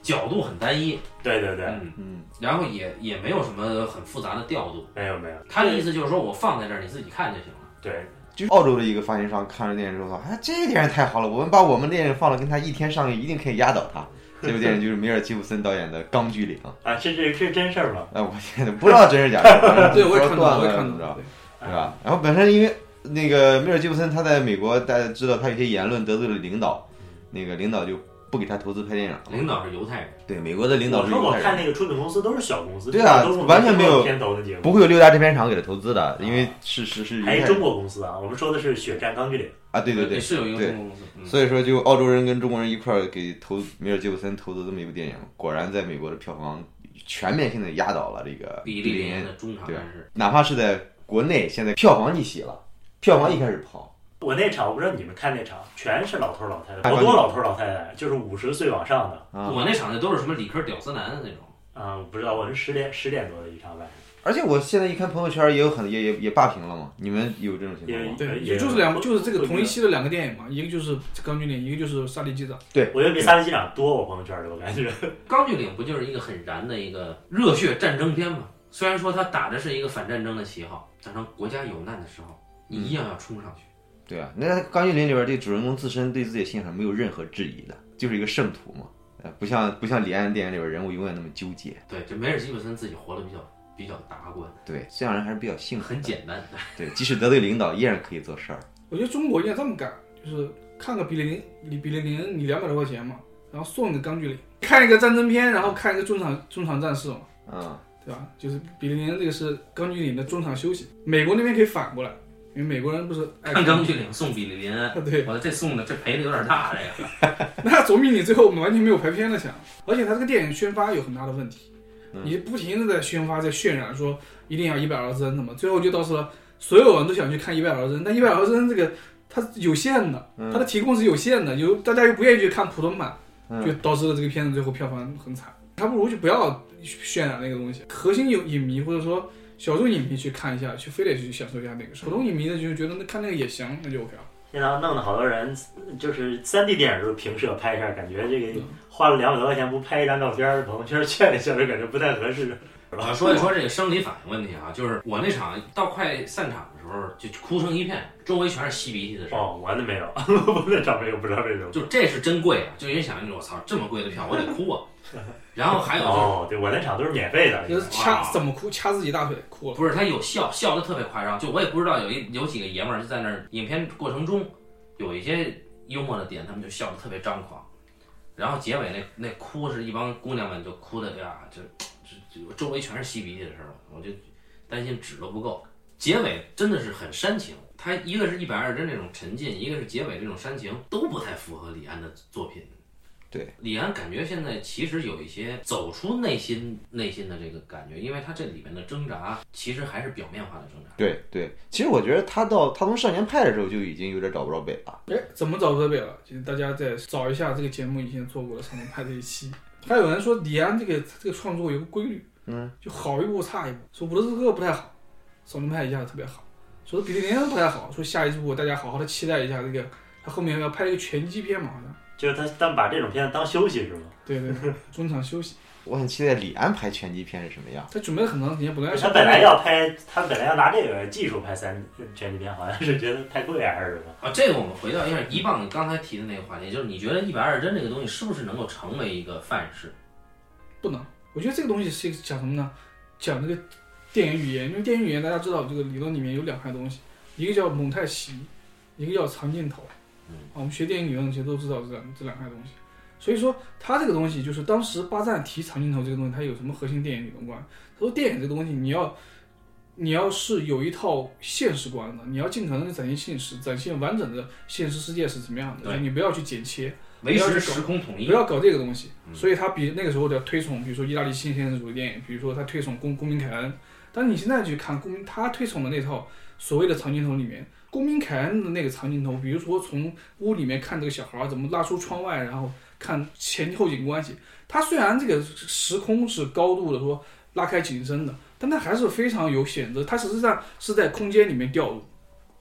角度很单一，
对对对，
嗯，
嗯，
然后也也没有什么很复杂的调度。
没有没有，
他的意思就是说我放在这儿，你自己看就行了。
对，
就是澳洲的一个发行商看了电影之后说：“哎，这电影太好了，我们把我们电影放了，跟他一天上映，一定可以压倒他。”这部电影就是梅尔吉普森导演的《钢锯岭》。
啊，这这这真事儿吗？
哎，我天哪，不知道真是假的，反正
对，我也看
不知道断
到，我也
了怎
看
么着
到。，对
对吧？然后本身因为那个梅尔吉普森他在美国，大家知道他有些言论得罪了领导，那个领导就不给他投资拍电影了。
领导是犹太人，
对美国的领导
我
是
说
犹
我
太
看
人，
那个出品公司都是小公司，
对啊
都是
完全没有
片头的节目，
不会有六大制片厂给他投资的，因为是是是犹
还
太
有中
人
国公司啊，我们说的是《血战钢锯岭》。
啊，对对对，
是有一个
对
中国公司。嗯
所以说，就澳洲人跟中国人一块儿给投梅尔吉普森投资这么一部电影，果然在美国的票房全面性的压倒了这个
比
利
利
林
林
恩
的中场
对
战事，
哪怕是在国内，现在票房逆袭了，票房一开始跑，
我那场我不知道你们看那场，全是老头儿老太
哎
太，好多老头儿老太太，就是五十岁往上的
啊
我那场的都是什么理科屌丝男的那种。
啊、我不知道我是十点十点多的一场晚上，
而且我现在一看朋友圈，也有很也也也霸屏了嘛，你们有这种情况吗？
也
哎对，也就是两部，
也
就是这个同一期的两个电影嘛，一个就是《钢锯岭》，一个就是《沙利机长》。
我觉得比三里机长多，我朋友圈里我感觉，
钢锯岭不就是一个很燃的一个热血战争片吗？虽然说它打的是一个反战争的旗号，但当国家有难的时候，你
嗯
一样要冲上去。
对啊，那《钢锯岭》里边这主人公自身对自己的信仰是没有任何质疑的，就是一个圣徒嘛，呃，不像不像李安电影里边人物永远那么纠结，
对，这梅尔吉普森自己活得比较比较达 观，
对，这样人还是比较幸福，
很简单。
对，即使得罪领导依然可以做事儿，
我觉得中国应该这么干，就是看个比利林比利林恩，你两百多块钱嘛，然后送你个钢锯岭，看一个战争片，然后看一个中场中场战事嘛，
嗯，
对吧？就是比利林恩这个是钢锯岭的中场休息，美国那边可以反过来，因为美国人不是爱
看钢锯岭送比利林恩，
啊 对，
我的这送的这赔的有点大，这个
那总比你最后我们完全没有排片了强。而且他这个电影宣发有很大的问题，
嗯
你不停的在宣发，在渲染说一定要一百二十帧什么，最后就导致了所有人都想去看一百二十帧，但一百二十帧这个它是有限的，
嗯
它的提供是有限的，有大家又不愿意去看普通版，
嗯
就导致了这个片子最后票房很惨。还不如就不要渲染那个东西，核心有影迷或者说小众影迷去看一下，去非得去享受一下那个事儿。普通影迷呢，就觉得那看那个也行，那就 OK 了。
现在弄得好多人就是三 D 电影都平射拍一下，感觉这个花了两百多块钱不拍一张照片儿，朋友圈劝一下，就感觉不太合适。
我要呃说一说这个生理反应问题啊，就是我那场到快散场的时候就哭成一片，周围全是吸鼻涕的声音。
哦，我那没有， 我那场没有，不知道为什么。
就这是真贵啊！就人想，我操，这么贵的票，我得哭啊！然后还 有就是，
哦，对我那场都是免费
哎
的，
就是掐
哇
怎么哭，掐自己大腿哭了。
不是他有笑，笑的特别夸张。就我也不知道有一有几个爷们儿就在那儿，影片过程中有一些幽默的点，他们就笑的特别张狂。然后结尾那那哭是一帮姑娘们就哭的，哎呀，就就就周围全是吸鼻涕的声儿，我就担心纸都不够。结尾真的是很煽情，它一个是一百二十帧这种沉浸，一个是结尾这种煽情，都不太符合李安的作品。
对，
李安感觉现在其实有一些走出内心内心的这个感觉，因为他这里面的挣扎其实还是表面化的挣扎。
对对，其实我觉得他到他从少年派的时候就已经有点找不着北了。
哎，怎么找泽北了？就是大家再找一下这个节目以前做过的《少年派》这一期。还有人说李安这个这个创作有个规律，
嗯，
就好一部差一部。说《伍德斯克》不太好，《少年派》一下子特别好；说《比利林恩》不太好，说下一部大家好好的期待一下这个，他后面要拍一个拳击片嘛，好像。
就是他当把这种片子当休息是吗？
对对对，中场休息。
我很期待李安拍拳击片是什么样。
他准备了很长时间，本来
他本来要拍，他本来要拿这个技术拍三全击片，好像是觉得太贵啊还是什么？
啊，这个我们回到一下一棒刚才提的那个话题，就是你觉得一百二十帧这个东西是不是能够成为一个范式？
不能。我觉得这个东西是一个讲什么呢？讲这个电影语言，因为电影语言大家知道，这个理论里面有两块东西，一个叫蒙太奇，一个叫长镜头。
嗯
啊，我们学电影理论其实都知道这两这两块东西。所以说，它这个东西就是当时巴赞提长镜头这个东西，它有什么核心电影理论观？他说电影这个东西，你要你要是有一套现实观的，你要尽可能的展现现实，展现完整的现实世界是怎么样的，
对
就是你不要去剪切。
维持时空统一
不，要搞这个东西。
嗯
所以他比那个时候的推崇，比如说意大利新现实主义电影，比如说他推崇公公民凯恩。但你现在去看公民，他推崇的那套所谓的长镜头里面，公民凯恩的那个长镜头，比如说从屋里面看这个小孩儿怎么拉出窗外，然后看前后景关系，他虽然这个时空是高度的说拉开景深的，但他还是非常有选择，他实际上是在空间里面调入。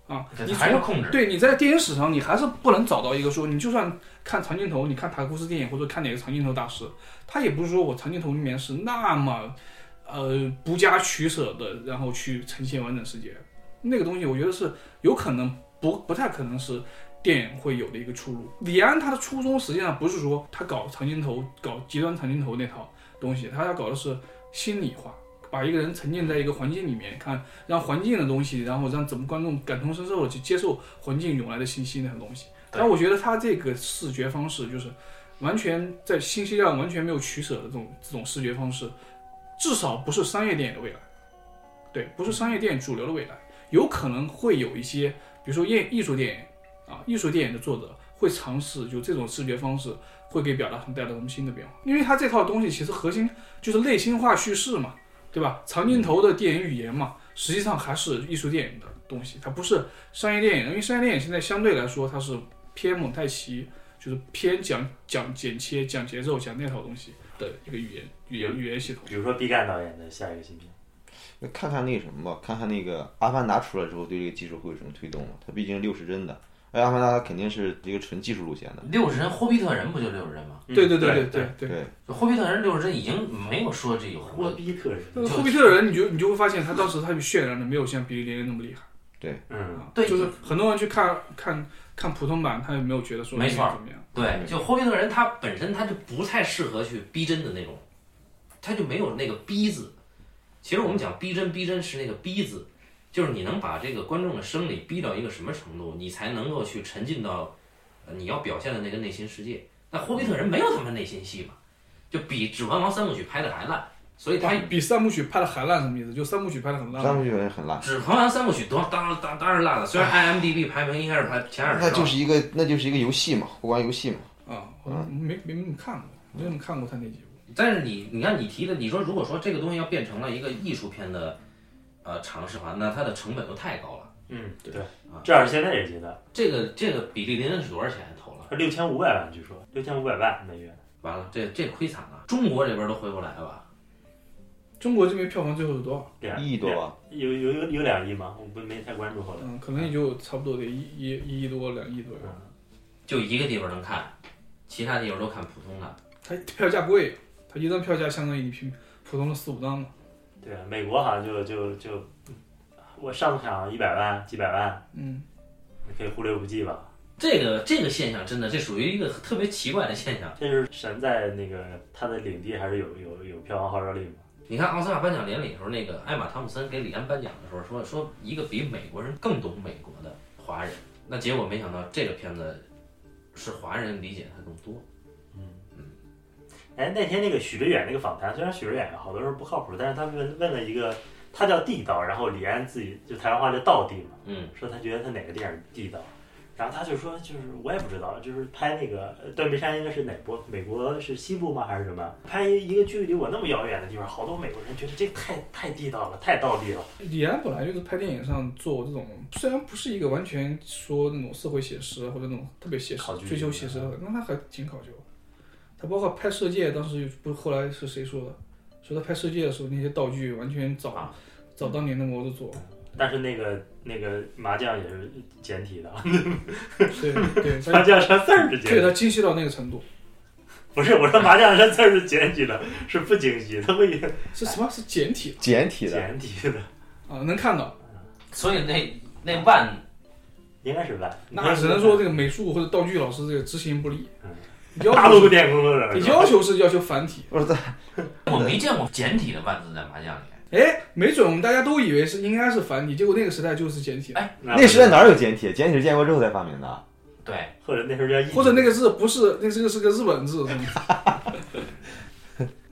啊，你
还
从
是控制。
对，你在电影史上，你还是不能找到一个说，你就算看长镜头，你看塔库斯电影或者看哪个长镜头大师，他也不是说我长镜头里面是那么，呃，不加取舍的，然后去呈现完整世界。那个东西，我觉得是有可能不不太可能是电影会有的一个出路。李安他的初衷实际上不是说他搞长镜头、搞极端长镜头那套东西，他要搞的是心理化，把一个人沉浸在一个环境里面，看让环境的东西，然后让怎么观众感同身受的去接受环境涌来的信息那种东西。
对
但我觉得他这个视觉方式就是完全在信息量完全没有取舍的这种这种视觉方式，至少不是商业电影的未来，对，不是商业电影主流的未来，有可能会有一些，比如说艺艺术电影啊，艺术电影的作者会尝试就这种视觉方式会给表达上带来什么新的变化，因为他这套东西其实核心就是类型化叙事嘛，对吧？长镜头的电影语言嘛，实际上还是艺术电影的东西，它不是商业电影，因为商业电影现在相对来说它是偏蒙太奇，就是偏讲讲剪切、讲节奏、讲那套东西的一个语言语言语言系统。
比如说毕赣导演的下一个新片，
看看那什么吧，看看那个《阿凡达》出来之后对这个技术会有什么推动了。它毕竟六十帧的，而《阿凡达》它肯定是一个纯技术路线的。
六十帧，霍比特人不就六十帧吗？
嗯
对对
对
对对对。
对，
就霍比特人六十帧已经没有说这有
霍比特人，
那个霍比特人，你就你就会发现，他当时他渲染的没有像比利林恩那么厉害
嗯，
啊。
对
就是很多人去看看看普通版，他也没有觉得说
没错
怎么样。
嗯
对，就霍比特人他本身他就不太适合去逼真的那种，他就没有那个逼字。其实我们讲逼真，逼真是那个逼字，就是你能把这个观众的生理逼到一个什么程度，你才能够去沉浸到呃你要表现的那个内心世界。那霍比特人没有他们内心戏嘛，就比《指环王》三部曲拍的还烂，所以他《
比三部曲拍的还烂什么意思？就三部曲拍的很烂
三。部曲好像很烂，
指环王》三部曲当当当当然烂了，虽然 IMDB 排名一开始排前二十，
那就是一个那就是一个游戏嘛，互玩游戏嘛。
啊，我没没怎么看过，没怎么看过他那几部。
但是你你看你提的，你说如果说这个东西要变成了一个艺术片的呃尝试的话，那它的成本就太高了。
嗯，对，这要是现在也觉得
这个这个比利林恩是多少钱投了？
六千五百万，据说六千五百万美元，
完了，这这亏惨了，中国这边都回不来吧？
中国这边票房最后有多少？
两
一亿多啊吧，
两有有有有两亿吗？我不没太关注后来。嗯
嗯，可能也就差不多得一一一亿多两亿左右。
就一个地方能看，其他地方都看普通的。
它票价贵，它一张票价相当于你平普通的四五张嘛。
对啊，美国好像就就就，我上次场一百万几百万，
嗯，
可以忽略不计吧？
这个这个现象真的，这属于一个特别奇怪的现象。
这就是神在那个他的领地还是有有有票房号召力嘛？
你看奥斯卡颁奖典礼的时候，那个艾玛汤姆森给李安颁奖的时候说说一个比美国人更懂美国的华人，那结果没想到这个片子是华人理解他更多。
哎，那天那个许志远那个访谈，虽然许志远好多时候不靠谱，但是他问问了一个，他叫地道，然后李安自己就台湾话叫道地嘛，
嗯，
说他觉得他哪个电影地道，然后他就说就是我也不知道，就是拍那个呃断背山应该是哪国？美国是西部吗还是什么？拍一个距离我那么遥远的地方，好多美国人觉得这太太地道了，太道地了。
李安本来就是拍电影上做这种，虽然不是一个完全说那种社会写实啊或者那种特别写实
考据啊
追求写实的，那他还挺考究。他包括拍《射界》，当时不是后来是谁说的？说他拍《射界》的时候，那些道具完全找、
啊
找当年的模子 做。
但是那个那个麻将也是简体 的，
对对，
麻
他
将山字儿是简
对
体的，
他精细到那个程度，
不是我说麻将山字儿是简体的，是不精细，他会
是什么？是简体
简体的，
简体的，
啊，能看
嗯
到。
所以那那万
应该是烂。
那只能说这个美术或者道具老师这个执行不力
嗯。
要
大
求
陆
是
电工作人员是吧
要求是要求繁体，
不是
我没见过简体的万字在麻将里。
哎，没准我们大家都以为是应该是繁体，结果那个时代就是简体，
那时代哪有简体？简体是建国之后才发明的。啊
对，
或者那时候叫印
或者那个字不是，那这个是个日本字，是吗？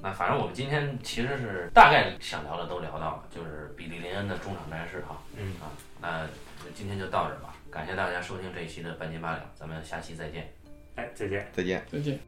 那反正我们今天其实是大概想聊的都聊到了，就是比利林恩的中场战事啊。
嗯
啊，那今天就到这儿吧，感谢大家收听这一期的半斤八两，咱们下期再见。
哎，再见。
再见。
再见。